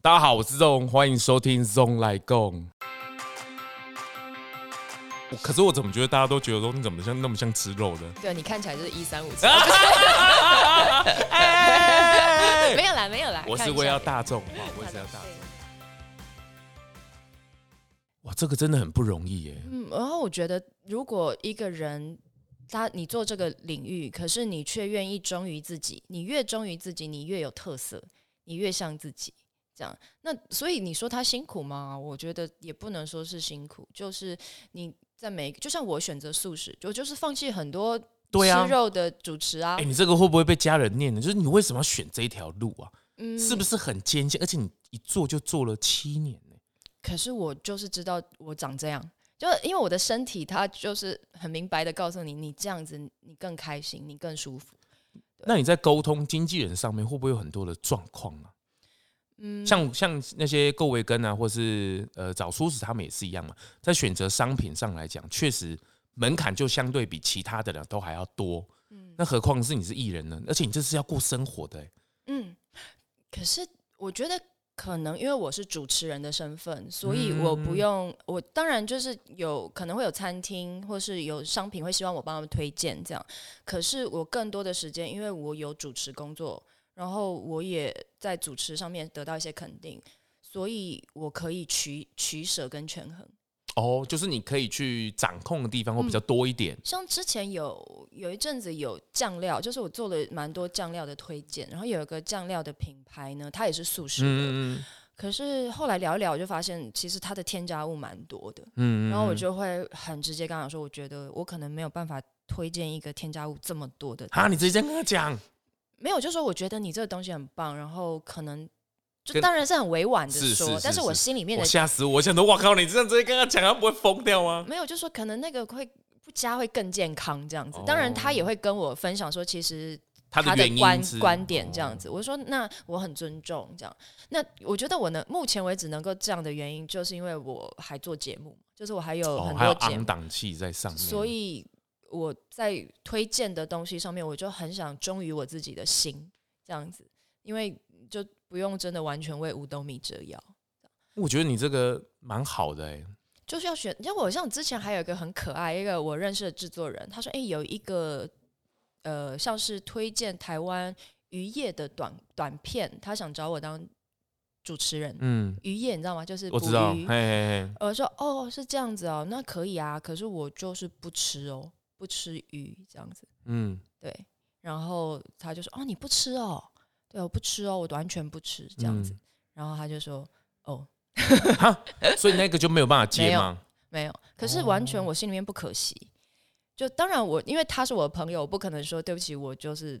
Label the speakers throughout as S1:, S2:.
S1: 大家好，我是 Zong，欢迎收听 Zong 来共。可是我怎么觉得大家都觉得说你怎么像那么像吃肉的？
S2: 对，你看起来就是一三五七，哎没有啦，没有啦，
S1: 哎我是
S2: 开玩
S1: 为
S2: 笑
S1: 要
S2: 的
S1: 大众化，我也是要大众。哇，这个真的很不容易耶！
S2: 嗯，然后我觉得，如果一个人他你做这个领域，可是你却愿意忠于自己，你越忠于自己，你越有特色，你越像自己。这样，那所以你说他辛苦吗？我觉得也不能说是辛苦，就是你在每一个，就像我选择素食，我就是放弃很多
S1: 对啊
S2: 吃，肉的主持啊，
S1: 哎、你这个会不会被家人念呢？就是你为什么要选这一条路啊？
S2: 嗯，
S1: 是不
S2: 是？
S1: 是很艰辛？而且你一做就做了七年呢、
S2: 可是我就是知道我长这样，就是因为我的身体，它就是很明白的告诉你，你这样子你更开心，你更舒服。
S1: 那你在沟通经纪人上面会不会有很多的状况啊？
S2: 嗯，
S1: 像像那些购维根啊，或是呃找舒适，他们也是一样嘛。在选择商品上来讲，确实门槛就相对比其他的人都还要多。那何况是你是艺人呢？而且你这是要过生活的、欸，
S2: 嗯，可是我觉得可能因为我是主持人的身份，所以我不用、我当然就是有可能会有餐厅或是有商品会希望我帮他们推荐这样，可是我更多的时间，因为我有主持工作，然后我也在主持上面得到一些肯定，所以我可以取取舍跟权衡。
S1: 哦，就是你可以去掌控的地方会比较
S2: 嗯
S1: 多一点。
S2: 像之前有有一阵子有酱料，就是我做了蛮多酱料的推荐，然后有一个酱料的品牌呢，它也是素食的。
S1: 嗯嗯
S2: 可是后来聊一聊，我就发现其实它的添加物蛮多的，
S1: 嗯
S2: 然后我就会很直接跟他讲说，我觉得我可能没有办法推荐一个添加物这么多的，
S1: 啊，你直接跟他讲，
S2: 没有，就说我觉得你这个东西很棒，然后可能就
S1: 跟
S2: 当然是很委婉的
S1: 是
S2: 说，
S1: 是是
S2: 但是我
S1: 是
S2: 心里面
S1: 我
S2: 的
S1: 吓死我！我想说，哇靠，你这样直接跟他讲，他不会疯掉吗？
S2: 没有，就说可能那个会不加会更健康这样
S1: 哦
S2: 子，当然他也会跟我分享说，其实
S1: 他
S2: 他
S1: 的
S2: 的
S1: 原
S2: 观
S1: 因是哦
S2: 观点这样子。我说那我很尊重这样。那我觉得我能目前为止能够这样的原因，就是因为我还做节目，就是我还有
S1: 哦，
S2: 很
S1: 还有
S2: 多节
S1: 昂
S2: 目，
S1: 档气在上面，
S2: 所以我在推荐的东西上面，我就很想忠于我自己的心这样子，因为就不用真的完全为五斗米折腰。
S1: 我觉得你这个蛮好的哎、
S2: 就是要选，因为我像之前还有一个很可爱一个我认识的制作人，他说：“哎、有一个呃，像是推荐台湾渔业的短短片，他想找我当主持人。
S1: 嗯，
S2: 渔业你知道吗？就是捕
S1: 我知道，嘿
S2: 鱼。
S1: 嘿嘿，
S2: 我说哦，是这样子哦，那可以啊。可是我就是不吃哦，不吃鱼这样子。
S1: 嗯。
S2: 对，然后他就说：哦，你不吃哦？对，我不吃哦，我完全不吃这样子。
S1: 嗯
S2: 然后他就说：哦，
S1: 所以那个就没有办法接吗？
S2: 没有，可是完全
S1: 哦
S2: 我心里面不可惜。就当然我因为他是我的朋友，我不可能说对不起，我就是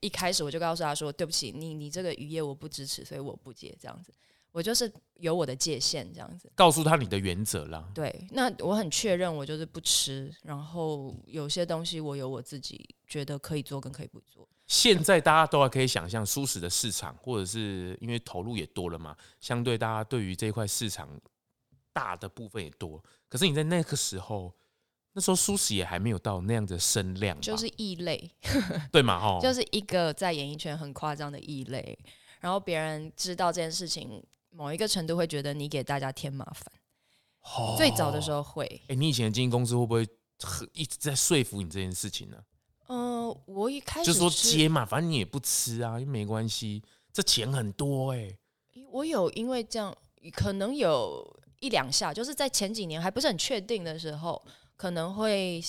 S2: 一开始我就告诉他说对不起，你你这个渔业我不支持，所以我不接这样子。我就是有我的界限这样子。
S1: 告诉他你的原则啦。
S2: 对，那我很确认我就是不吃，然后有些东西我有我自己觉得可以做跟可以不做。
S1: 现在大家都还可以想象，舒适的市场，或者是因为投入也多了嘛，相对大家对于这一块市场大的部分也多。可是你在那个时候，那时候舒适也还没有到那样的声量吧，
S2: 就是异类，
S1: 对嘛？哦，
S2: 就是一个在演艺圈很夸张的异类，然后别人知道这件事情，某一个程度会觉得你给大家添麻烦。
S1: 哦
S2: 最早的时，候会，
S1: 哎、你以前的经纪公司会不会很一直在说服你这件事情呢、
S2: 嗯、我一开始
S1: 就是说接嘛，反正你也不吃啊，又没关系，这钱很多哎、
S2: 我有因为这样，可能有一两下，就是在前几年还不是很确定的时候，可能会，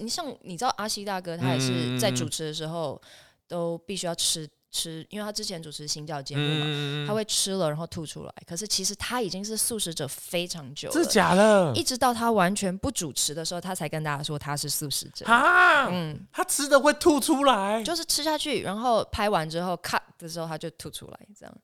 S2: 你像你知道阿西大哥，他也
S1: 嗯
S2: 是在主持的时候、都必须要吃吃，因为他之前主持新教节目嘛。
S1: 嗯
S2: 他会吃了，然后吐出来。可是其实他已经是素食者非常久
S1: 真
S2: 了
S1: 的，假的？
S2: 一直到他完全不主持的时候，他才跟大家说他是素食者。
S1: 啊，
S2: 嗯，
S1: 他吃的会吐出来，
S2: 就是吃下去，然后拍完之后咔的时候，他就吐出来，这样。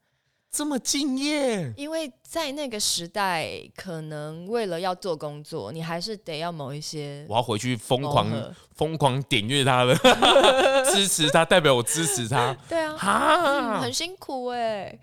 S1: 这么敬业，
S2: 因为在那个时代，可能为了要做工作，你还是得要某一些
S1: 我要回去疯
S2: 磨
S1: 狂
S2: 合
S1: 疯狂点阅他的， 支持他，代表我支持 他
S2: 对啊，嗯，
S1: 啊
S2: 很！辛苦哎、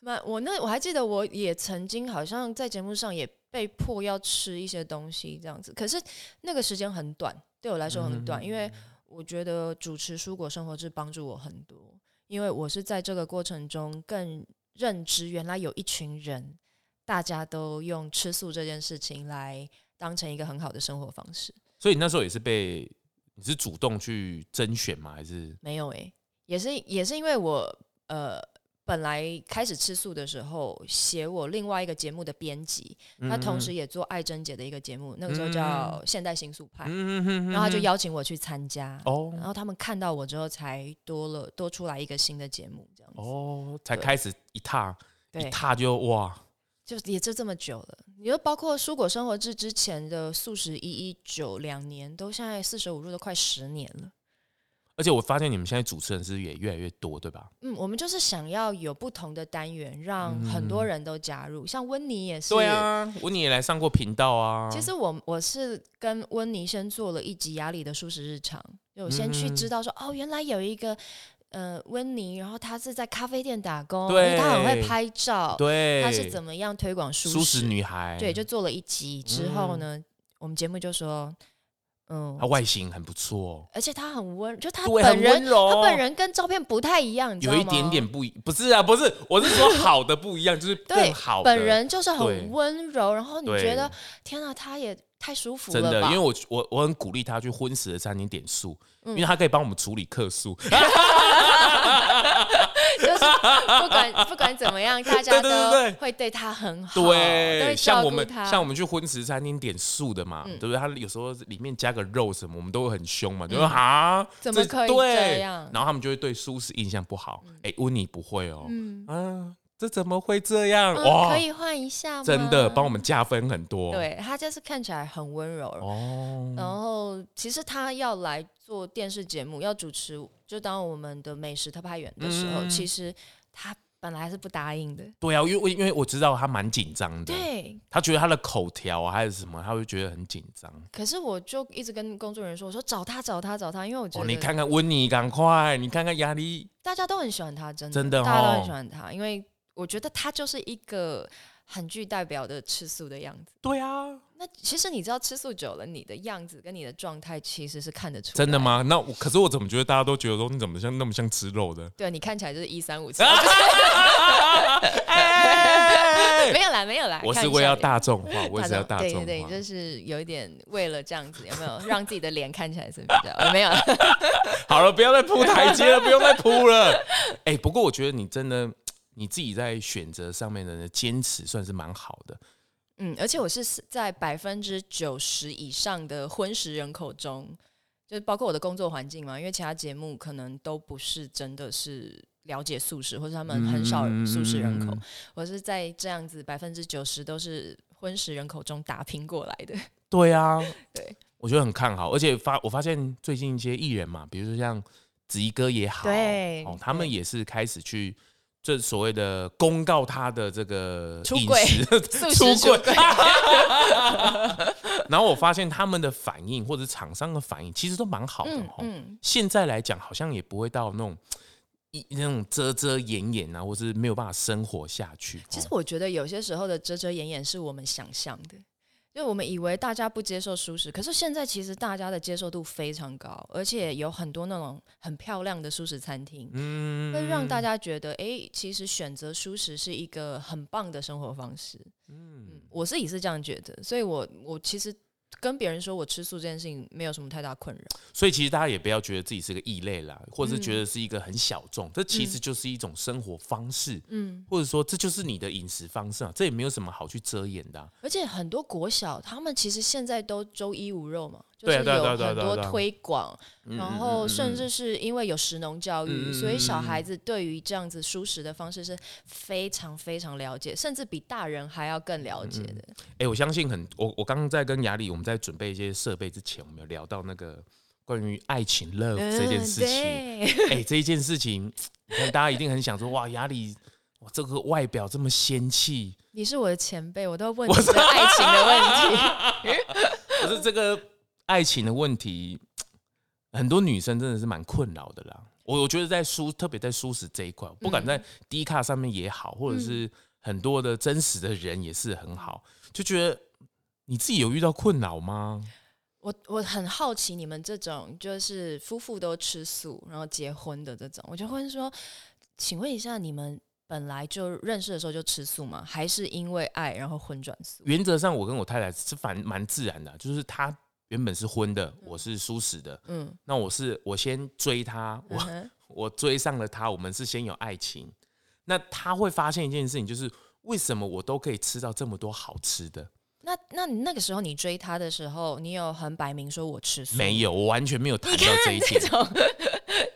S2: 那我那我还记得，我也曾经好像在节目上也被迫要吃一些东西这样子，可是那个时间很短，对我来说很短，因为我觉得主持蔬果生活志帮助我很多，因为我是在这个过程中更认知，原来有一群人，大家都用吃素这件事情来当成一个很好的生活方式。
S1: 所以你那时候也是被你是主动去甄选吗？还是
S2: 没有诶、也是也是因为我呃本来开始吃素的时候，写我另外一个节目的编辑，
S1: 嗯
S2: 他同时也做爱珍姐的一个节目，那个时候叫《现代新素派》，
S1: 嗯嗯
S2: 然后他就邀请我去参加。然
S1: 哦
S2: 后他们看到我之后，才多了多出来一个新的节目，这样子。
S1: 哦，才开始一踏一
S2: 对，
S1: 踏就哇，
S2: 就也就这么久了。你就包括蔬果生活制之前的素食一一九两年，都现在四舍五入都快十年了。
S1: 而且我发现你们现在主持人是也越来越多，对吧？
S2: 嗯，我们就是想要有不同的单元，让很多人都加入，像温妮也是。
S1: 嗯对。啊，我你也来上过频道啊。
S2: 其实我我是跟温妮先做了一集雅里的素食日常，就我先去
S1: 嗯
S2: 知道说、哦，原来有一个呃温妮，然后她是在咖啡店打工，
S1: 对
S2: 她很会拍照，
S1: 对，
S2: 她哦是怎么样推广素
S1: 舒适女嗯孩？
S2: 对，就做了一集之后呢，我们节目就说，嗯
S1: 她，外形很不错，哦
S2: 而且他很温，就他
S1: 对，很
S2: 本
S1: 温
S2: 人，
S1: 柔，哦
S2: 他本人跟照片不太一样，你知道
S1: 有
S2: 吗
S1: 一点点不一，不是啊，不是，我是说好的不一样， 就是
S2: 对
S1: 更好的。
S2: 本人就是
S1: 对
S2: 很温柔，然后你
S1: 对
S2: 觉得天啊，他也太舒服
S1: 真
S2: 了
S1: 的，因
S2: 吧
S1: 为？我我我很鼓励他去荤食的餐厅点素，因
S2: 嗯
S1: 为他可以帮我们处理客诉。
S2: 就是不管不管怎 么样，大家
S1: 对对对
S2: 都
S1: 对
S2: 会对他很好，都
S1: 对，
S2: 会
S1: 像
S2: 照
S1: 我
S2: 顾
S1: 们
S2: 他。
S1: 像我们去荤食餐厅点素的嘛，
S2: 嗯
S1: 对不对？他有时候里面加个肉什么，我们都会很凶嘛，就说啊，
S2: 怎么可以
S1: 对
S2: 这样
S1: 然后他们就会对素食印象不好。哎，温妮不会哦，
S2: 嗯
S1: 啊，这怎么会这样？
S2: 嗯，
S1: 哇
S2: 可，以换一下吗？
S1: 真的帮我们加分很多。，
S2: 对他就是看起来很温柔，
S1: 哦，
S2: 然后其实他要来做电视节目，要主持，就当我们的美食特派员的时候，
S1: 嗯
S2: 其实他本来是不答应的。
S1: 对啊，因为我因为我知道他蛮紧张的，
S2: 对，
S1: 他觉得他的口条啊还有什么，他会觉得很紧张。
S2: 可是我就一直跟工作人员说，我说找他找他找他，因为我觉
S1: 哦，你
S2: 得
S1: 看看温妮，赶快，你看看压力，
S2: 大家都很喜欢他，真的，
S1: 真的
S2: 大家都
S1: 哦
S2: 很喜欢他，因为我觉得他就是一个很具代表的吃素的样子。
S1: 对啊，
S2: 那其实你知道，吃素久了，你的样子跟你的状态其实是看得出来。
S1: 真的？吗？那我可是我怎么觉得大家都觉得说你怎么像那么像吃肉的？
S2: 对你看起来就是一三五 七，
S1: 哎
S2: 就是没有啦，没有啦，
S1: 我
S2: 看
S1: 是
S2: 一
S1: 为
S2: 下
S1: 了
S2: 你
S1: 大众化，我也是要大众
S2: 对对
S1: 化
S2: 对，。就是有一点为了这样子，有没有让自己的脸看起来是比较没有？
S1: 好了，不要再铺台阶了，不用再铺 了。哎、不过我觉得你真的你自己在选择上面的坚持算是蛮好的。
S2: 嗯，而且我是在百分之九十以上的婚食人口中，就是包括我的工作环境嘛，因为其他节目可能都不是真的是了解素食，或者他们很少素食人口，
S1: 嗯
S2: 我是在这样子百分之九十都是婚食人口中打拼过来的。
S1: 对啊，
S2: 对，
S1: 我觉得很看好，而且发我发现最近一些艺人嘛，比如说像子怡哥也好，
S2: 对
S1: 哦，他们
S2: 对
S1: 也是开始去这所谓的公告他的这个
S2: 出
S1: 饮
S2: 柜
S1: 食
S2: 素食
S1: 出
S2: 出
S1: 柜
S2: 柜，
S1: 然后我发现他们的反应或者厂商的反应其实都蛮好的
S2: 嗯
S1: 哦。
S2: 嗯，
S1: 现在来讲，好像也不会到那种一那种遮遮掩掩啊，或是没有办法生活下去。
S2: 其实
S1: 哦
S2: 我觉得有些时候的遮遮掩掩是我们想象的，因为我们以为大家不接受舒适，可是现在其实大家的接受度非常高，而且有很多那种很漂亮的舒适餐厅，
S1: 嗯
S2: 会让大家觉得，诶，其实选择舒适是一个很棒的生活方式。嗯，我自己是这样觉得，所以我我其实跟别人说我吃素这件事情没有什么太大困扰。
S1: 所以其实大家也不要觉得自己是个异类啦，或
S2: 嗯
S1: 者是觉得是一个很小众，这其实就是一种生活方式，
S2: 嗯，
S1: 或者说这就是你的饮食方式啊，这也没有什么好去遮掩的啊、
S2: 而且很多国小他们其实现在都周一无肉嘛，就
S1: 对啊
S2: 是
S1: 对啊对啊
S2: 有
S1: 对啊
S2: 很
S1: 对啊
S2: 多
S1: 对啊
S2: 推广。
S1: 嗯
S2: 然后甚
S1: 嗯嗯
S2: 至是因为有食农教育，
S1: 嗯嗯
S2: 所以小
S1: 嗯嗯
S2: 孩子对于这样子舒食的方式是非常非常了解，甚至比大人还要更了解的。
S1: 嗯哎、我相信很，我我刚刚在跟雅丽我们在准备一些设备之前，我们有聊到那个关于爱情 love 嗯这
S2: 嗯
S1: 件事情。
S2: 情，
S1: 哎、这一件事情，你看大家一定很想说，哇，雅丽，哇，这个外表这么仙气，
S2: 你是我的前辈，我都问
S1: 我
S2: 你
S1: 是
S2: 这个爱情的问题。
S1: 可是这个爱情的问题，很多女生真的是蛮困扰的啦。我我觉得在舒，特别在舒适这一块，不管
S2: 嗯
S1: 在 D 卡上面也好，或者是很多的真实的人也是很好，就觉得你自己有遇到困扰吗？
S2: 我我很好奇你们这种就是夫妇都吃素，然后结婚的这种，我就会说，请问一下你们本来就认识的时候就吃素吗？还是因为爱然后荤转素？
S1: 原则上，我跟我太太是反蛮自然的啊，就是她原本是荤的，我是素食的。
S2: 嗯，
S1: 那我是我先追她，我
S2: 嗯哼
S1: 我追上了她，我们是先有爱情。那她会发现一件事情，就是为什么我都可以吃到这么多好吃的？
S2: 那那你那个时候你追他的时候，你有很摆明说我吃素？
S1: 没
S2: 有。
S1: 有，我完全没有谈
S2: 你
S1: 到这
S2: 看
S1: 一
S2: 这
S1: 点。
S2: 种，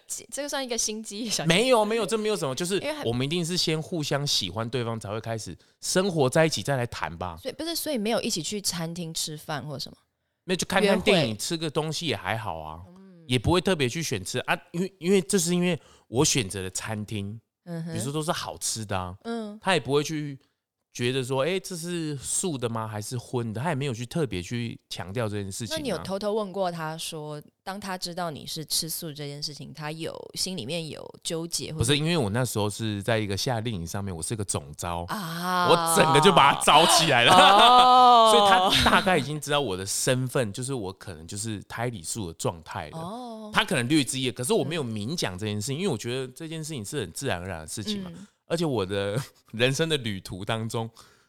S2: 这这个算一个心机小。
S1: 没有，没有，这没有什么，就是
S2: 因为很
S1: 我们一定是先互相喜欢对方，才会开始生活在一起，再来谈吧。
S2: 所以不是，所以没有一起去餐厅吃饭或什么。
S1: 那就看
S2: 约
S1: 看
S2: 会嗯
S1: 电影，吃个东西也还好啊，也不会特别去选吃啊，因为因为这是因为我选择的餐厅，
S2: 嗯
S1: 比如
S2: 哼，
S1: 说都是好吃的啊，
S2: 嗯，
S1: 他也不会去觉得说，哎、这是素的吗？还是荤的？他也没有去特别去强调这件事情、
S2: 那
S1: 啊。
S2: 你有偷偷问过他说，当他知道你是吃素这件事情，他有心里面有纠结或
S1: 不
S2: 者
S1: 是因为我那时候是在一个夏令营上面，我是个总招，
S2: 啊？
S1: 我整个就把他招起来了。
S2: 哦，
S1: 所以他大概已经知道我的身份，就是我可能就是胎里素的状态了。
S2: 哦，
S1: 他可能略知一二，可是我没有明讲这件事情，因为我觉得这件事情是很自然而然的事情嘛。
S2: 嗯
S1: 而且我的 人生的旅途当中，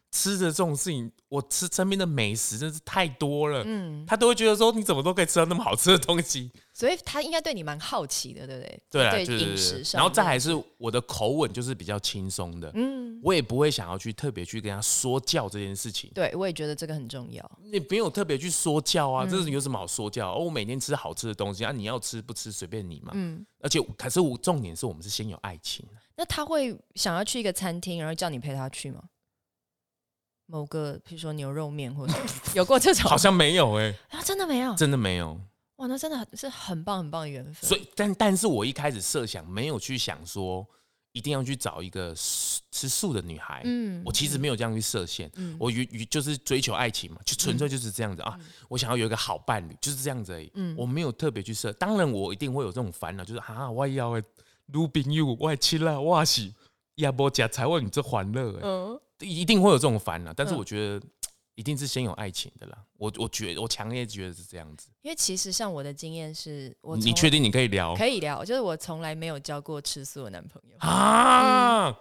S1: 吃的这种事情，我吃身边的美食真是太多了，
S2: 嗯，
S1: 他都会觉得说你怎么都可以吃到那么好吃的东西。
S2: 所以他应该对你蛮好奇的，对不对？
S1: 对啊，
S2: 对
S1: 就是
S2: 饮食上
S1: 然后再还是我的口吻就是比较轻松的，
S2: 嗯，
S1: 我也不会想要去特别去跟他说教这件事情。
S2: 对，我也觉得这个很重要。
S1: 你没有特别去说教
S2: 嗯
S1: 啊，这是有什么好说教、哦，我每天吃好吃的东西啊，你要吃不吃随便你嘛。
S2: 嗯，
S1: 而且，可是我重点是我们是先有爱情，
S2: 那他会想要去一个餐厅，然后叫你陪他去吗？某个，比如说牛肉面，或者 有过这种？
S1: 好像没有哎、
S2: 啊，真的没有。
S1: 真的没有。
S2: 哇，那真的很是很棒很棒的缘分。
S1: 所以，但但是我一开始设想没有去想说一定要去找一个吃吃素的女孩，
S2: 嗯
S1: 我其实没有这样去设限，我与与就是追求爱情嘛，就纯粹
S2: 嗯
S1: 就是这样子、啊，我想要有一个好伴侣，就是这样子而已，
S2: 嗯
S1: 我没有特别去设，当然我一定会有这种烦恼，就是啊，我要诶，女朋友，我吃啦，我也是也无食才为你这欢乐诶，
S2: 嗯，
S1: 一定会有这种烦恼，但是
S2: 嗯
S1: 我觉得。一定是先有爱情的啦，我我觉我强烈觉得是这样子。
S2: 因为其实像我的经验是，我
S1: 你
S2: 从
S1: 确定你可以聊
S2: 可以聊，就是我从来没有交过吃素的男朋友。
S1: 啊？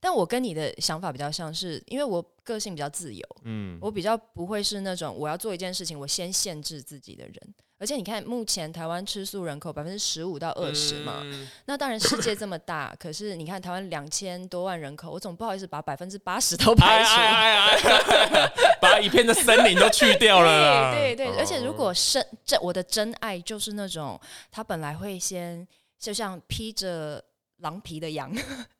S2: 但我跟你的想法比较像是，因为我个性比较自由，
S1: 嗯，
S2: 我比较不会是那种我要做一件事情，我先限制自己的人。而且你看，目前台湾吃素人口百分之十五到二十嘛，
S1: 嗯
S2: 那当然世界这么 大，可是你看台湾两千多万人口，我总不好意思把百分之八十都排除。
S1: 哎哎，把一片的森林都去掉啦
S2: 对对对，而且如
S1: 哦
S2: 果深这我的真爱就是那种他本来会先就像披着狼皮的羊，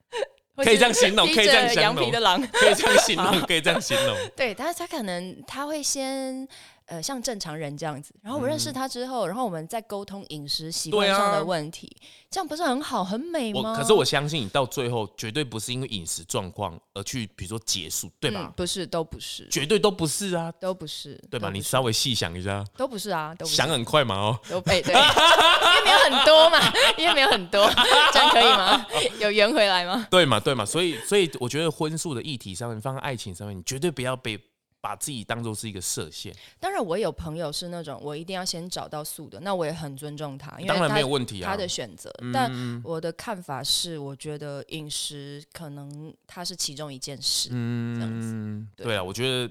S2: 或
S1: 可以
S2: 是
S1: 这样形容
S2: 披
S1: 可以这样
S2: 着
S1: 形
S2: 羊皮
S1: 容
S2: 的狼，
S1: 可以这样形容，可以这样形容，
S2: 对，但是他可能他会先呃像正常人这样子，然后我认识他之后，然后我们再沟通饮食习惯
S1: 对啊
S2: 上的问题，这样不是很好很美
S1: 我
S2: 吗？
S1: 可是我相信你到最后绝对不是因为饮食状况而去，比如说结束，对
S2: 嗯
S1: 吧？
S2: 不是，都不是，
S1: 绝对都不是啊，
S2: 都不是，
S1: 对吧？
S2: 都不
S1: 你
S2: 是
S1: 稍微细想一下，
S2: 都不是啊，都不是
S1: 想很快嘛哦。
S2: 都哎、对， 因为没有很多嘛， 因为没有很多，这样可以吗？有圆回来吗？
S1: 对嘛，对嘛，所以所以我觉得婚素的议题上面，放在爱情上面，你绝对不要被把自己当做是一个设限，
S2: 当然，我有朋友是那种我一定要先找到素的，那我也很尊重他，因为
S1: 当然
S2: 他
S1: 没有问题啊。嗯
S2: 他的选择。但我的看法是，我觉得饮食可能它是其中一件事。这样子
S1: 嗯，
S2: 对
S1: 对啊，我觉得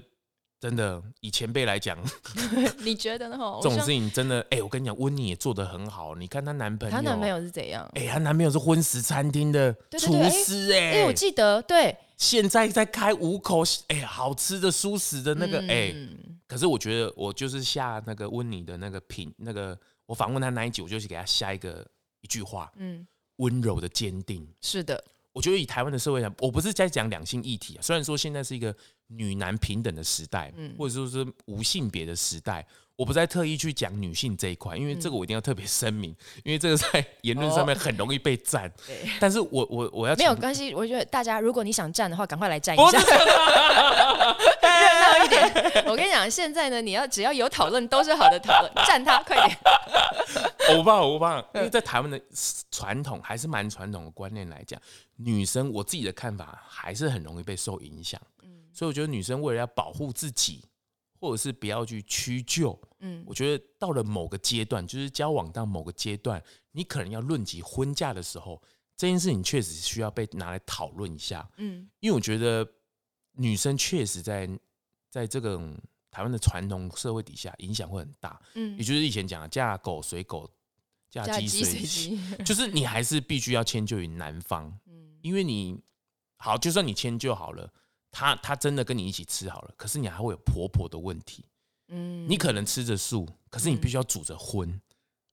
S1: 真的以前辈来讲，嗯
S2: 你觉得呢？我
S1: 这种
S2: 像
S1: 事情真的，哎、我跟你讲，温妮也做得很好。你看她男朋友，
S2: 她男朋，友是怎样？
S1: 哎、她男朋友是婚食餐厅的
S2: 对对
S1: 厨
S2: 对
S1: 师、
S2: 哎、
S1: 哎、
S2: 我记得对
S1: 现在在开五口，哎、好吃的、舒适的那个，哎、
S2: 嗯
S1: 可是我觉得我就是下那个温妮的那个品，那个我访问她那一集，我就是给她下一个一句话：
S2: 嗯，
S1: 温柔的坚定。
S2: 是的，
S1: 我觉得以台湾的社会来讲，我不是在讲两性议题啊。虽然说现在是一个女男平等的时代，
S2: 嗯
S1: 或者说是无性别的时代，我不再特意去讲女性这一块，因为
S2: 嗯
S1: 这个我一定要特别声明，因为这个在言论上面很容易被赞。
S2: 哦对，
S1: 但是我我我要
S2: 没有
S1: 强
S2: 关系。我觉得大家，如果你想站的话，赶快来站一
S1: 不
S2: 下
S1: 是。哦
S2: 热闹一点。我跟你讲，现在呢，你要只要有讨论都是好的讨论，站他快 点。
S1: 我不怕，我不怕，因为在台湾的传统还是蛮传统的观念来讲，女生我自己的看法还是很容易被受影响。所以我觉得女生为了要保护自己，或者是不要去屈就，
S2: 嗯
S1: 我觉得到了某个阶段，就是交往到某个阶段，你可能要论及婚嫁的时候，这件事情确实需要被拿来讨论一下，
S2: 嗯
S1: 因为我觉得女生确实在在这种台湾的传统社会底下影响会很大，
S2: 嗯
S1: 也，就是以前讲的嫁狗随狗，嫁
S2: 嫁
S1: 鸡
S2: 鸡
S1: 随
S2: 随
S1: 鸡，
S2: 鸡，
S1: 就是你还是必须要迁就于男方，
S2: 嗯
S1: 因为你好，就算你迁就好了，他他真的跟你一起吃好了，可是你还会有婆婆的问题。
S2: 嗯
S1: 你可能吃着素，可是你
S2: 嗯
S1: 必须要煮着荤。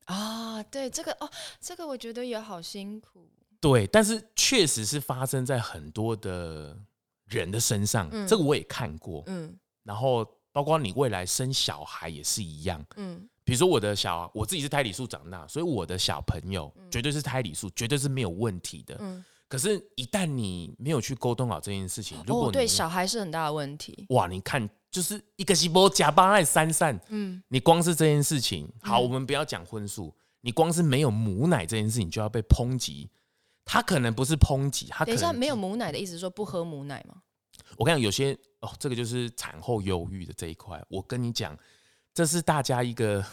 S2: 啊，对这个哦，这个我觉得也好辛苦，
S1: 对，但是确实是发生在很多的人的身上，
S2: 嗯
S1: 这个我也看过。
S2: 嗯
S1: 然后包括你未来生小孩也是一样，
S2: 嗯
S1: 比如说我的小，我自己是胎里素长大，所以我的小朋友绝对是胎里素，绝对是没有问题的。
S2: 嗯，
S1: 可是，一旦你没有去沟通好这件事情，如果
S2: 哦，
S1: 你、
S2: 对，小孩是很大的问题，
S1: 哇，你看就是一个细胞加巴爱三散，
S2: 嗯
S1: 你光是这件事情，好，
S2: 嗯
S1: 我们不要讲荤素，你光是没有母奶这件事情就要被抨击。他可能不是抨击，他可
S2: 等
S1: 能
S2: 一下，没有
S1: 是
S2: 母奶的意思是说不喝母奶吗？
S1: 我跟你讲，有些哦，这个就是产后忧郁的这一块。我跟你讲，这是大家一个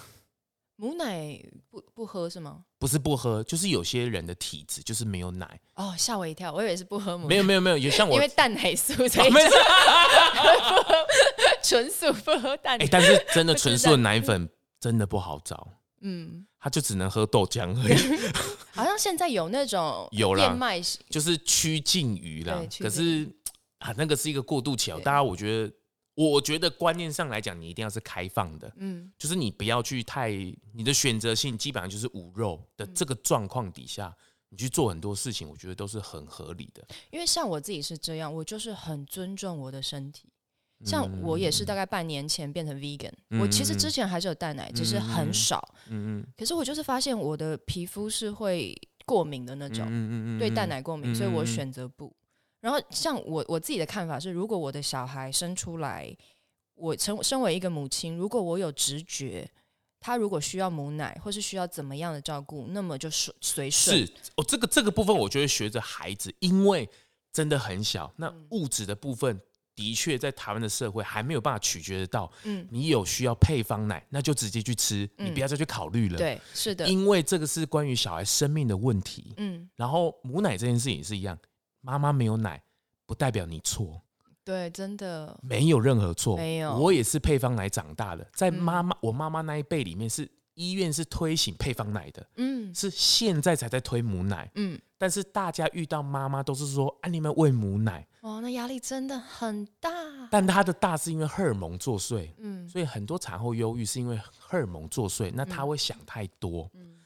S2: 母奶不不喝是吗？
S1: 不是不喝，就是有些人的体质就是没有奶，
S2: 哦，吓我一跳，我以为是不喝母奶，
S1: 没有没有没有，也像我
S2: 嗯因为蛋奶素，所以
S1: 啊没事
S2: 纯素不喝蛋
S1: 哎、
S2: 奶。
S1: 但是真 的纯素的奶粉真的不好找，
S2: 嗯，
S1: 他就只能喝豆浆而已，
S2: 好像现在有那种
S1: 有啦
S2: 燕麦型，
S1: 就是趋近于啦
S2: 对。趋
S1: 可是啊，那个是一个过渡期哦，
S2: 对
S1: 大家我觉得，我觉得观念上来讲，你一定要是开放的，
S2: 嗯
S1: 就是你不要去太你的选择性基本上就是无肉的
S2: 嗯
S1: 这个状况底下，你去做很多事情，我觉得都是很合理的。
S2: 因为像我自己是这样，我就是很尊重我的身体。像我也是大概半年前变成 vegan，、我其实
S1: 嗯嗯嗯
S2: 之前还是有蛋奶，只是很少。
S1: 嗯，嗯
S2: 可是我就是发现我的皮肤是会过敏的那
S1: 嗯
S2: 种，
S1: 嗯嗯
S2: 对蛋奶过敏，所以我
S1: 嗯嗯嗯
S2: 选择不。然后像我我自己的看法是，如果我的小孩生出来，我成身为一个母亲，如果我有直觉，他如果需要母奶或是需要怎么样的照顾，那么就随随顺。
S1: 是哦，这个这个部分我就会学着孩子，因为真的很小，那
S2: 嗯
S1: 物质的部分的确在台湾的社会还没有办法取决得到。
S2: 嗯，
S1: 你有需要配方奶，那就直接去吃，
S2: 嗯
S1: 你不要再去考虑了。，
S2: 对，是的，
S1: 因为这个是关于小孩生命的问题。
S2: 嗯，
S1: 然后母奶这件事情也是一样，妈妈没有奶不代表你错，
S2: 对，真的，
S1: 没有任何错。
S2: 没有
S1: 我也是配方奶长大的，在
S2: 嗯
S1: 妈妈、我妈妈那一辈里面是医院是推行配方奶的，
S2: 嗯
S1: 是现在才在推母奶。
S2: 嗯，
S1: 但是大家遇到妈妈都是说啊，你们喂母奶，
S2: 哇，那压力真的很大。
S1: 但她的大是因为荷尔蒙作祟，
S2: 嗯
S1: 所以很多产后忧郁是因为荷尔蒙作祟，那她会想太多。
S2: 嗯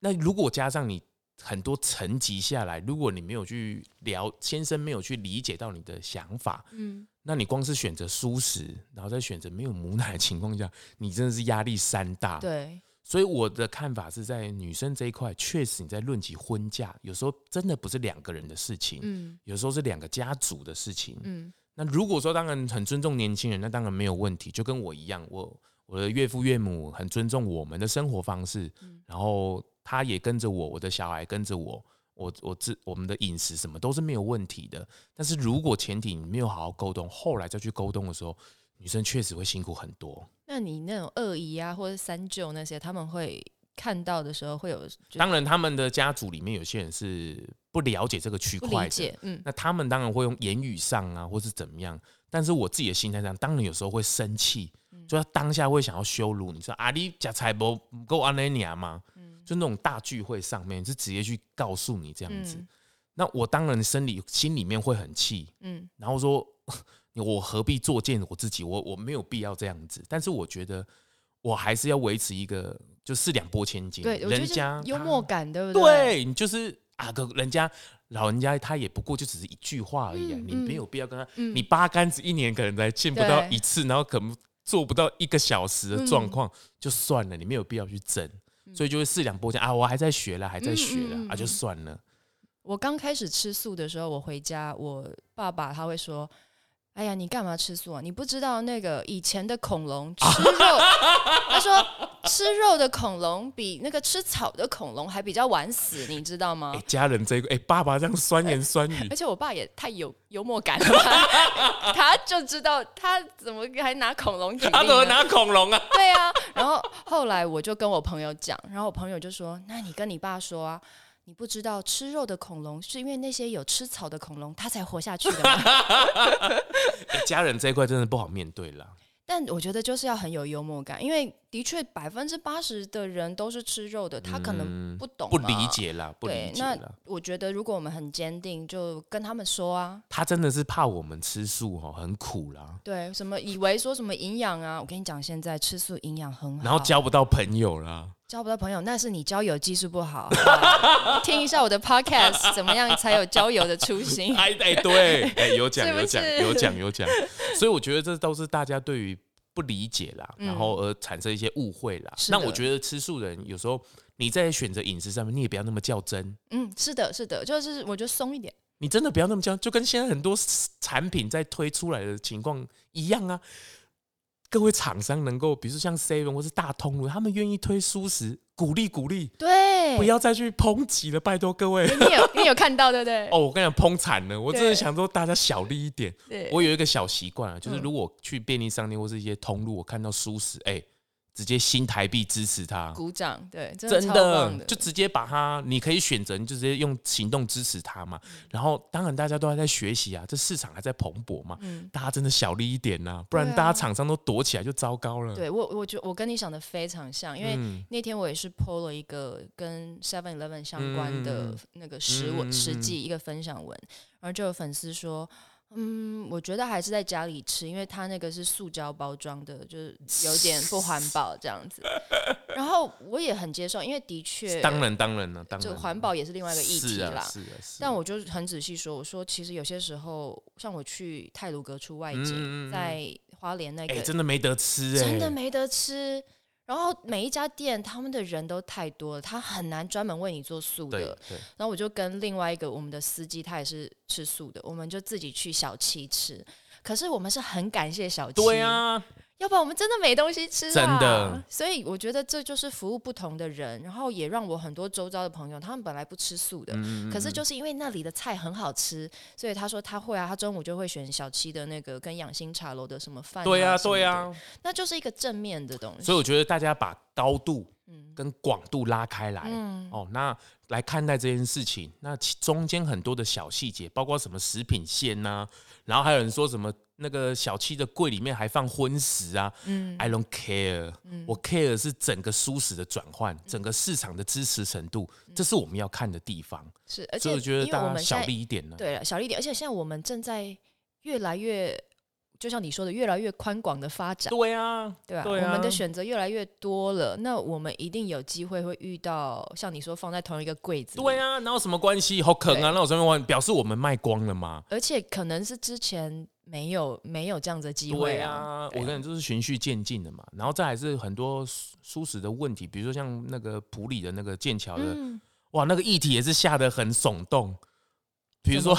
S1: 那如果加上你很多层级下来，如果你没有去聊，先生没有去理解到你的想法，
S2: 嗯，
S1: 那你光是选择素食，然后再选择没有母奶的情况下，你真的是压力山大。
S2: 对，
S1: 所以我的看法是在女生这一块，确实你在论及婚嫁，有时候真的不是两个人的事情，
S2: 嗯
S1: 有时候是两个家族的事情。
S2: 嗯
S1: 那如果说当然很尊重年轻人，那当然没有问题，就跟我一样，我我的岳父岳母很尊重我们的生活方式，
S2: 嗯
S1: 然后他也跟着我，我的小孩跟着我，我我自我们的饮食什么都是没有问题的。但是如果前提你没有好好沟通，后来再去沟通的时候，女生确实会辛苦很多。
S2: 那你那种二姨啊，或者三舅那些，他们会看到的时候会有就
S1: 当然，他们的家族里面有些人是不了解这个区
S2: 不
S1: 块
S2: 理
S1: 的，
S2: 解，嗯
S1: 那他们当然会用言语上啊，或是怎么样。但是我自己的心态上，当然有时候会生气，
S2: 嗯
S1: 就他当下会想要羞辱你，说啊，你假菜不不够安内娘吗？
S2: 嗯
S1: 就那种大聚会上面，就直接去告诉你这样子。
S2: 嗯
S1: 那我当然生理心里面会很气，
S2: 嗯
S1: 然后说 我何必作践我自己？我我没有必要这样子。但是我觉得我还是要维持一个就四两拨千斤，
S2: 嗯对，我觉
S1: 人
S2: 得
S1: 家
S2: 就是幽
S1: 他
S2: 默感，对不对？
S1: 对你就是啊个人家老人家他也不过就只是一句话而已啊、
S2: 嗯
S1: 你
S2: 嗯
S1: 没有必要跟他，
S2: 嗯
S1: 你八竿子一年可能才见不到
S2: 对
S1: 一次，然后可能做不到一个小时的状况、就算了，你没有必要去争，所以就会四两拨千啊，我还在学啦，还在学啦，
S2: 嗯嗯嗯嗯
S1: 啊就
S2: 嗯
S1: 算了，
S2: 我刚开始吃素的时候，我回家，我爸爸他会说：“哎呀，你干嘛吃素啊？你不知道那个以前的恐龙吃肉， 他说吃肉的恐龙比那个吃草的恐龙还比较晚死，你知道吗
S1: 哎、？”嗯家人这一块，哎、爸爸这样酸言酸语
S2: 而，且我爸也太有幽默感了， 他就知道他怎么还拿恐龙举例 呢
S1: 他怎么拿恐龙啊？
S2: 对啊，然后后来我就跟我朋友讲，然后我朋友就说：“那你跟你爸说啊，你不知道吃肉的恐龙是因为那些有吃草的恐龙它才活下去 的吗？
S1: 欸家人这一块真的不好面对啦。
S2: 但我觉得就是要很有幽默感，因为的确百分之八十的人都是吃肉的，他可能
S1: 嗯
S2: 不懂、
S1: 不理。解啦，不
S2: 对
S1: 理，解
S2: 那
S1: 啦。
S2: 我觉得如果我们很坚定，就跟他们说啊，
S1: 他真的是怕我们吃素哦，很苦啦，
S2: 对，什么以为说什么营养啊，我跟你讲，现在吃素营养很好，
S1: 然后交不到朋友啦。
S2: 交不到朋友，那是你交友技术不好。 好听一下我的 podcast，怎么样才有交友的初 心？
S1: 哎哎，对，哎有讲
S2: 是不
S1: 有讲
S2: 是
S1: 有讲有讲，所以我觉得这都是大家对于不理解啦，
S2: 嗯
S1: 然后而产生一些误会啦。
S2: 是
S1: 那
S2: 的
S1: 我觉得吃素人有时候你在选择饮食上面，你也不要那么较真，
S2: 嗯，是的，是的，就是我觉得松一点，
S1: 你真的不要那么较，就跟现在很多 s- 产品在推出来的情况一样啊。各位厂商能够，比如说像 Seven 或是大通路，他们愿意推素食，鼓励鼓励，
S2: 对，
S1: 不要再去抨击了，拜托各位。
S2: 你有你有看到对不对？
S1: 哦，我跟你讲，抨惨了，我真的
S2: 对
S1: 想说大家小力一点。
S2: 对，
S1: 我有一个小习惯啊，就是
S2: 嗯
S1: 如果去便利商店或是一些通路，我看到素食，哎、直接新台币支持它，
S2: 鼓掌，对，真的
S1: 真
S2: 超
S1: 的
S2: 棒的，
S1: 就直接把它，你可以选择，你就直接用行动支持它嘛。
S2: 嗯
S1: 然后，当然大家都还在学习啊，这市场还在蓬勃嘛，
S2: 嗯，
S1: 大家真的小力一点呐、不然
S2: 对啊
S1: 大家厂商都躲起来就糟糕了。
S2: 对我我觉我跟你想的非常像，因为。
S1: 嗯，
S2: 那天我也是 PO 了一个跟 Seven Eleven 相关
S1: 嗯嗯
S2: 的
S1: 嗯
S2: 那个实
S1: 嗯嗯
S2: 文
S1: 嗯
S2: 实
S1: 嗯
S2: 际一个分享文，然后就有粉丝说，嗯，我觉得还是在家里吃，因为它那个是塑胶包装的，就是有点不环 保这样子。然后我也很接受，因为的确，
S1: 当然当然了，当然
S2: 就
S1: 了
S2: 环保也是另外一个议题
S1: 是啊
S2: 啦。
S1: 是啊是啊
S2: 但我就很仔细说，我说其实有些时候，像我去泰鲁阁出外景，
S1: 嗯嗯嗯嗯
S2: 在花莲那个、
S1: 哎、真的没得吃哎、
S2: 真的没得吃。然后每一家店他们的人都太多了，他很难专门为你做素
S1: 对
S2: 的。
S1: 对，
S2: 然后我就跟另外一个我们的司机，他也是吃素的，我们就自己去小七吃。可是我们是很感谢小七，
S1: 对，啊，
S2: 要不然我们真的没东西吃、啊，
S1: 真的。
S2: 所以我觉得这就是服务不同的人，然后也让我很多周遭的朋友，他们本来不吃素的，
S1: 嗯
S2: 可是就是因为那里的菜很好吃，所以他说他会啊，他中午就会选小七的那个跟养心茶楼的什么饭、
S1: 对
S2: 啊，
S1: 啊对啊，
S2: 那就是一个正面的东西。
S1: 所以我觉得大家把高度
S2: 嗯
S1: 跟广度拉开来，
S2: 嗯
S1: 哦，那来看待这件事情，那其中间很多的小细节，包括什么食品线呐、然后还有人说什么那个小七的柜里面还放荤食啊、
S2: 嗯
S1: i don't care，、
S2: 嗯
S1: 我 care 是整个舒适的转换，整个市场的支持程度，这是我们要看的地方，
S2: 是，嗯而
S1: 所
S2: 且
S1: 以我觉得
S2: 因为我
S1: 大家
S2: 们现
S1: 小
S2: 在
S1: 力一点呢，
S2: 对了，小力一点，而且现在我们正在越来越，就像你说的，越来越宽广的发展，
S1: 对啊，
S2: 对吧、
S1: 对
S2: 我们
S1: 啊
S2: 的选择越来越多了，那我们一定有机会会遇到像你说放在同一个柜子，
S1: 对。啊，那有什么关系？好坑啊，那有什么关表示我们卖光了吗？
S2: 而且可能是之前没有没有这样子的机会
S1: 对啊，我跟你就是循序渐进的嘛，然后再来是很多舒舒适的问题，比如说像那个普里的那个剑桥的，
S2: 嗯，
S1: 哇，那个议题也是下得很耸动。比如说，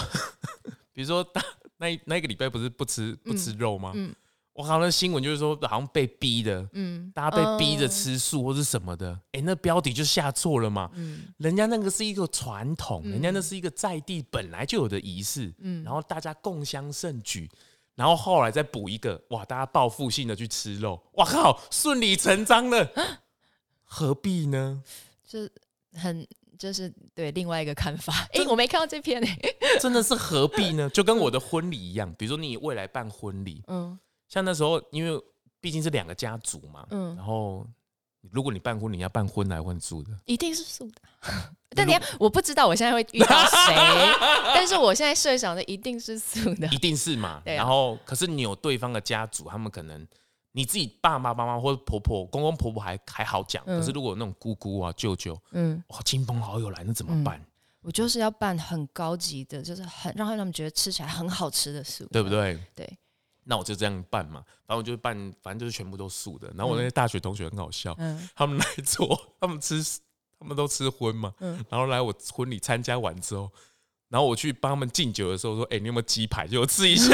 S1: 比如说大那一那一个礼拜不是不吃不吃肉吗？
S2: 嗯
S1: 我靠，那新闻就是说好像被逼的，
S2: 嗯，
S1: 大家被逼着吃素或是什么的，哎、那标题就下错了嘛。
S2: 嗯，
S1: 人家那个是一个传统，
S2: 嗯
S1: 人家那是一个在地本来就有的仪式，
S2: 嗯
S1: 然后大家共襄盛举，然后后来再补一个，哇，大家报复性的去吃肉，哇靠，顺理成章了， 何必呢？
S2: 就很就是对另外一个看法。诶，我没看到这篇欸诶、
S1: 真的是何必呢？就跟我的婚礼一样，比如说你未来办婚礼，
S2: 嗯
S1: 像那时候因为毕竟是两个家族嘛，
S2: 嗯
S1: 然，后如果你办婚礼，你要办荤来荤素的，
S2: 一定是素的。 但你要，我不知道我现在会遇到 谁，但是我现在设想的一定是素 的
S1: 一。定是嘛。
S2: 对啊
S1: 然后，可是你有对方的家族，他们可能你自己爸爸妈妈或者婆婆、公公婆婆还还好讲，
S2: 嗯
S1: 可是如果有那种姑姑啊、舅舅、
S2: 嗯，
S1: 哇亲朋好友来，那怎么办？
S2: 我就是要办很高级的，就是很让他们觉得吃起来很好吃的素，
S1: 对不？对？
S2: 对，
S1: 那我就这样办嘛，反正我就办，反正就是全部都素的。然后我那些大学同学很好笑，
S2: 嗯
S1: 他们来做，他们吃，他们都吃荤嘛，
S2: 嗯
S1: 然后来我婚礼参加完之后。然后我去帮他们敬酒的时候说：“哎、你有没有鸡 排？给我吃一下。”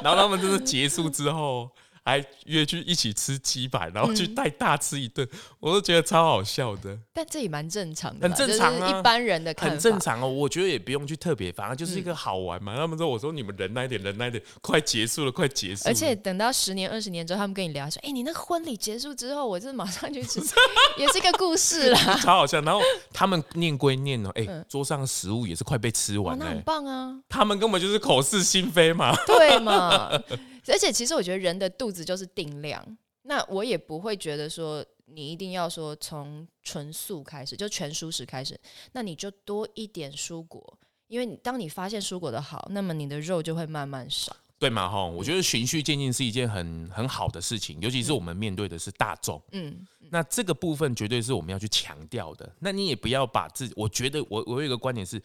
S1: 然后他们就是结束之后，还约去一起吃鸡排，然后去
S2: 嗯
S1: 带大吃一顿，我都觉得超好笑的，
S2: 但这也蛮正常的啦，
S1: 很正常啊
S2: 就是一般人的看法。
S1: 很正常哦。我觉得也不用去特别，反正
S2: 嗯
S1: 就是一个好玩嘛。他们说，我说你们忍耐一点，忍耐一点，快结束了，快结束了。
S2: 而且等到十年、二十年之后，他们跟你聊说：“哎、你那个婚礼结束之后，我这马上就去吃， 也是一个故事啦。
S1: 超好笑。然后他们念归念哦，哎、桌上食物也是快被吃”
S2: 哇，
S1: 完了、
S2: 嗯
S1: 欸
S2: 那很棒啊，
S1: 他们根本就是口是心非嘛。
S2: 对嘛？ 而且其实我觉得人的肚子就是定量，那我也不会觉得说你一定要说从纯素开始，就全素食开始，那你就多一点蔬果，因为你当你发现蔬果的好，那么你的肉就会慢慢少。
S1: 对嘛哈，我觉得循序渐进是一件很很好的事情，尤其是我们面对的是大众，
S2: 嗯，
S1: 那这个部分绝对是我们要去强调的。那你也不要把自己，我觉得我我有一个观点是，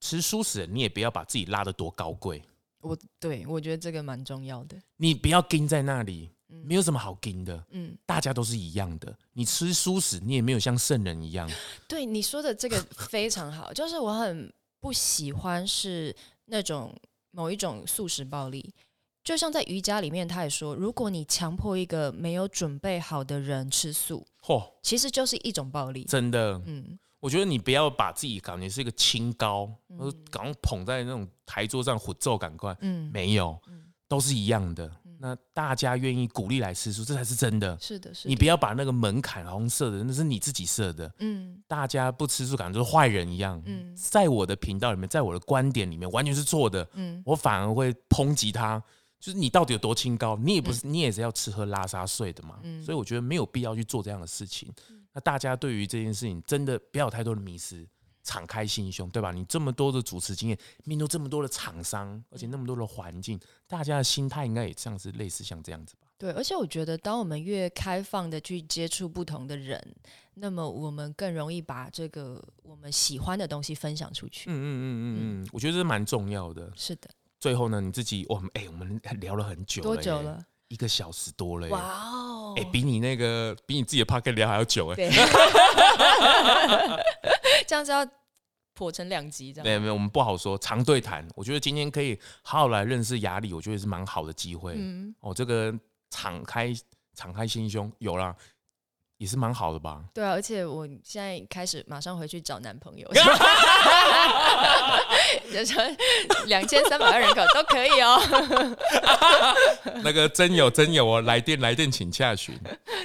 S1: 吃素食人你也不要把自己拉得多高贵，
S2: 我对我觉得这个蛮重要的。
S1: 你不要盯在那里，没有什么好盯的，
S2: 嗯。
S1: 大家都是一样的。你吃素食，你也没有像圣人一 样，
S2: 对你说 的这个非常好，就是我很不喜欢是那种某一种素食暴力。就像在瑜伽里面，他也说，如果你强迫一个没有准备好的人吃素，
S1: 嚯、
S2: 其实就是一种暴力。
S1: 真的，
S2: 嗯，
S1: 我觉得你不要把自己感觉是一个清高，呃搞像捧在那种台桌上混奏，赶快
S2: 嗯
S1: 没有，都是一样的。那大家愿意鼓励来吃素，这才是真的。
S2: 是的，是
S1: 你
S2: 的，
S1: 不要把那个门槛红色的，那是你自己设的。
S2: 嗯
S1: 大家不吃素，感觉就是坏人一样。
S2: 嗯
S1: 在我的频道里面，在我的观点里面，完全是错的。
S2: 嗯，
S1: 我反而会抨击他，就是你到底有多清高？你也不是，你也是要吃喝拉撒睡的嘛。所以我觉得没有必要去做这样的事情。那大家对于这件事情真的不要有太多的迷失，敞开心胸，对吧？你这么多的主持经验，面对这么多的厂商，而且那么多的环境，大家的心态应该也像是类似像这样子吧？
S2: 对。而且我觉得，当我们越开放的去接触不同的人，那么我们更容易把这个我们喜欢的东西分享出去。
S1: 嗯嗯嗯嗯嗯，我觉得这蛮重要的。
S2: 是的，
S1: 最后呢，你自己，我们哎、我们聊了很久了，
S2: 多久？了？
S1: 一个小时多了耶。
S2: 哇哦！
S1: 哎、比你那个比你自己的 p o c k e t 聊还要久哎、
S2: 对，这样子要破成两集这
S1: 没
S2: 样。
S1: 有没有，我们不好说。常对谈，我觉得今天可以好好来认识雅里，我觉得是蛮好的机会。
S2: 嗯，
S1: 哦，这个敞开敞开心胸，有啦，也是蛮好的 吧？
S2: 对啊，而且我现在开始马上回去找男朋 友，就是两千三百万人口都可以 哦。
S1: 那个真有真有哦，来电来电请洽询。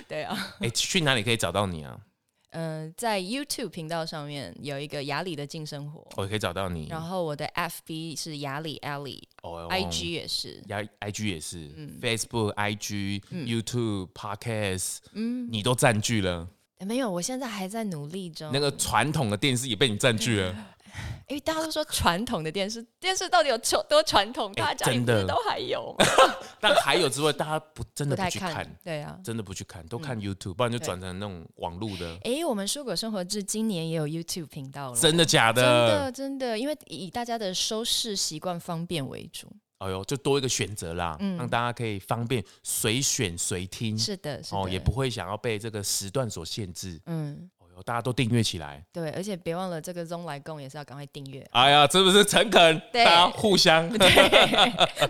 S2: 对啊，
S1: 哎、去哪里可以找到你啊？
S2: 嗯、在 YouTube 频道上面有一个雅里的静生活，
S1: 哦我、也可以找到你。
S2: 然后我的 FB 是雅里 Ellie，IG
S1: 嗯哦
S2: 也是，
S1: 呀，IG 也是、f
S2: 嗯
S1: a c e b o o k IG、YouTube、Podcast，
S2: 嗯，
S1: 你都占据了。
S2: 哎没有，我现在还在努力中。
S1: 那个传统的电视也被你占据了。
S2: 因为大家都说传统的电视，电视到底有多多传统？大家家里
S1: 哎真
S2: 不
S1: 的
S2: 是都还有吗？
S1: 但还有之外，大家不真的
S2: 不
S1: 不
S2: 太
S1: 去
S2: 看，
S1: 看，
S2: 对啊。
S1: 真的不去看，都看 YouTube，、不然就转成那种网络的。
S2: 诶，我们蔬果生活志今年也有 YouTube 频道了，
S1: 真的假
S2: 真
S1: 的？
S2: 的真的，因为以大家的收视习惯方便为主。
S1: 哎呦，就多一个选择啦，让大家可以方便随选随听，
S2: 嗯是的，是的，
S1: 哦，也不会想要被这个时段所限制。
S2: 嗯，
S1: 哎呦，大家都订阅起来。，
S2: 对，而且别忘了这个 Zone 来共也是要赶快订阅
S1: 哎呀，是不是诚恳？大
S2: 对
S1: 家互 相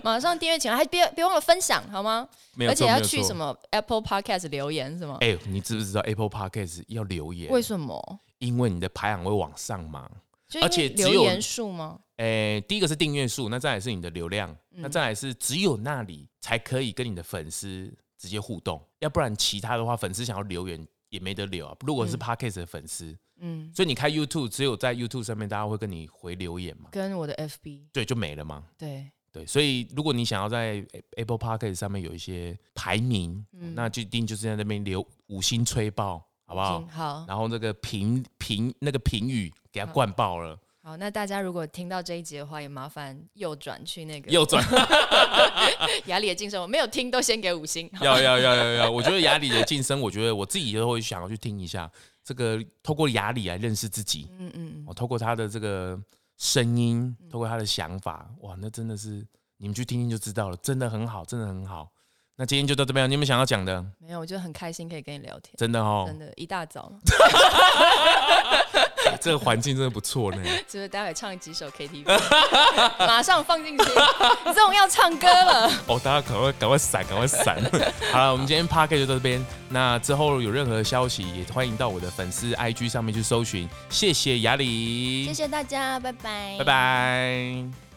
S2: 马上订阅起来，还别别忘了分享好吗？
S1: 没有
S2: 而且
S1: 错，
S2: 要
S1: 没有
S2: 去什
S1: 错。
S2: 么 Apple Podcast 留言是吗？
S1: 哎、你知不知道 Apple Podcast 要留言？
S2: 为什么？
S1: 因为你的排行会往上嘛。
S2: 就
S1: 而且
S2: 因为
S1: 只有
S2: 留言数吗？
S1: 诶、第一个是订阅数，那再来是你的流量，那再来是只有那里才可以跟你的粉丝直接互动，要不然其他的话，粉丝想要留言也没得留啊。如果是 Podcast 的粉丝，
S2: 嗯，
S1: 所以你开 YouTube，只有在 YouTube 上面大家会跟你回留言嘛，
S2: 跟我的 FB
S1: 对，就没了嘛。
S2: 对。
S1: 对，所以如果你想要在 Apple Podcast 上面有一些排名，那就一定就是在那边留五星吹爆，好不好
S2: 行？好
S1: 然后那个评评那个评语给它灌爆了。
S2: 好，那大家如果听到这一集的话，也麻烦右转去那个
S1: 右转，
S2: 雅里的晋升，我没有听都先给五星。
S1: 要要要要要！我觉得雅里的晋升，我觉得我自己都会想要去听一下。这个透过雅里来认识自己，哦
S2: 嗯嗯，
S1: 我、透过他的这个声音，透过他的想法，哇，那真的是你们去听听就知道了，真的很好，真的很好。那今天就到这边了，你们想要讲的，
S2: 哦没有，我就很开心可以跟你聊天，
S1: 真的哦，
S2: 真的，一大早嘛。
S1: 这个环境真的不错呢。
S2: 就是待会唱几首 KTV，马上放 进去。这种要唱歌了，
S1: 哦，大家赶快赶快闪，赶快闪！ 好了，我们今天 p a r k 就到这边。那之后有任何消息，也欢迎到我的粉丝 IG 上面去搜寻。谢谢雅里，
S2: 谢谢大家，拜拜，
S1: 拜。拜。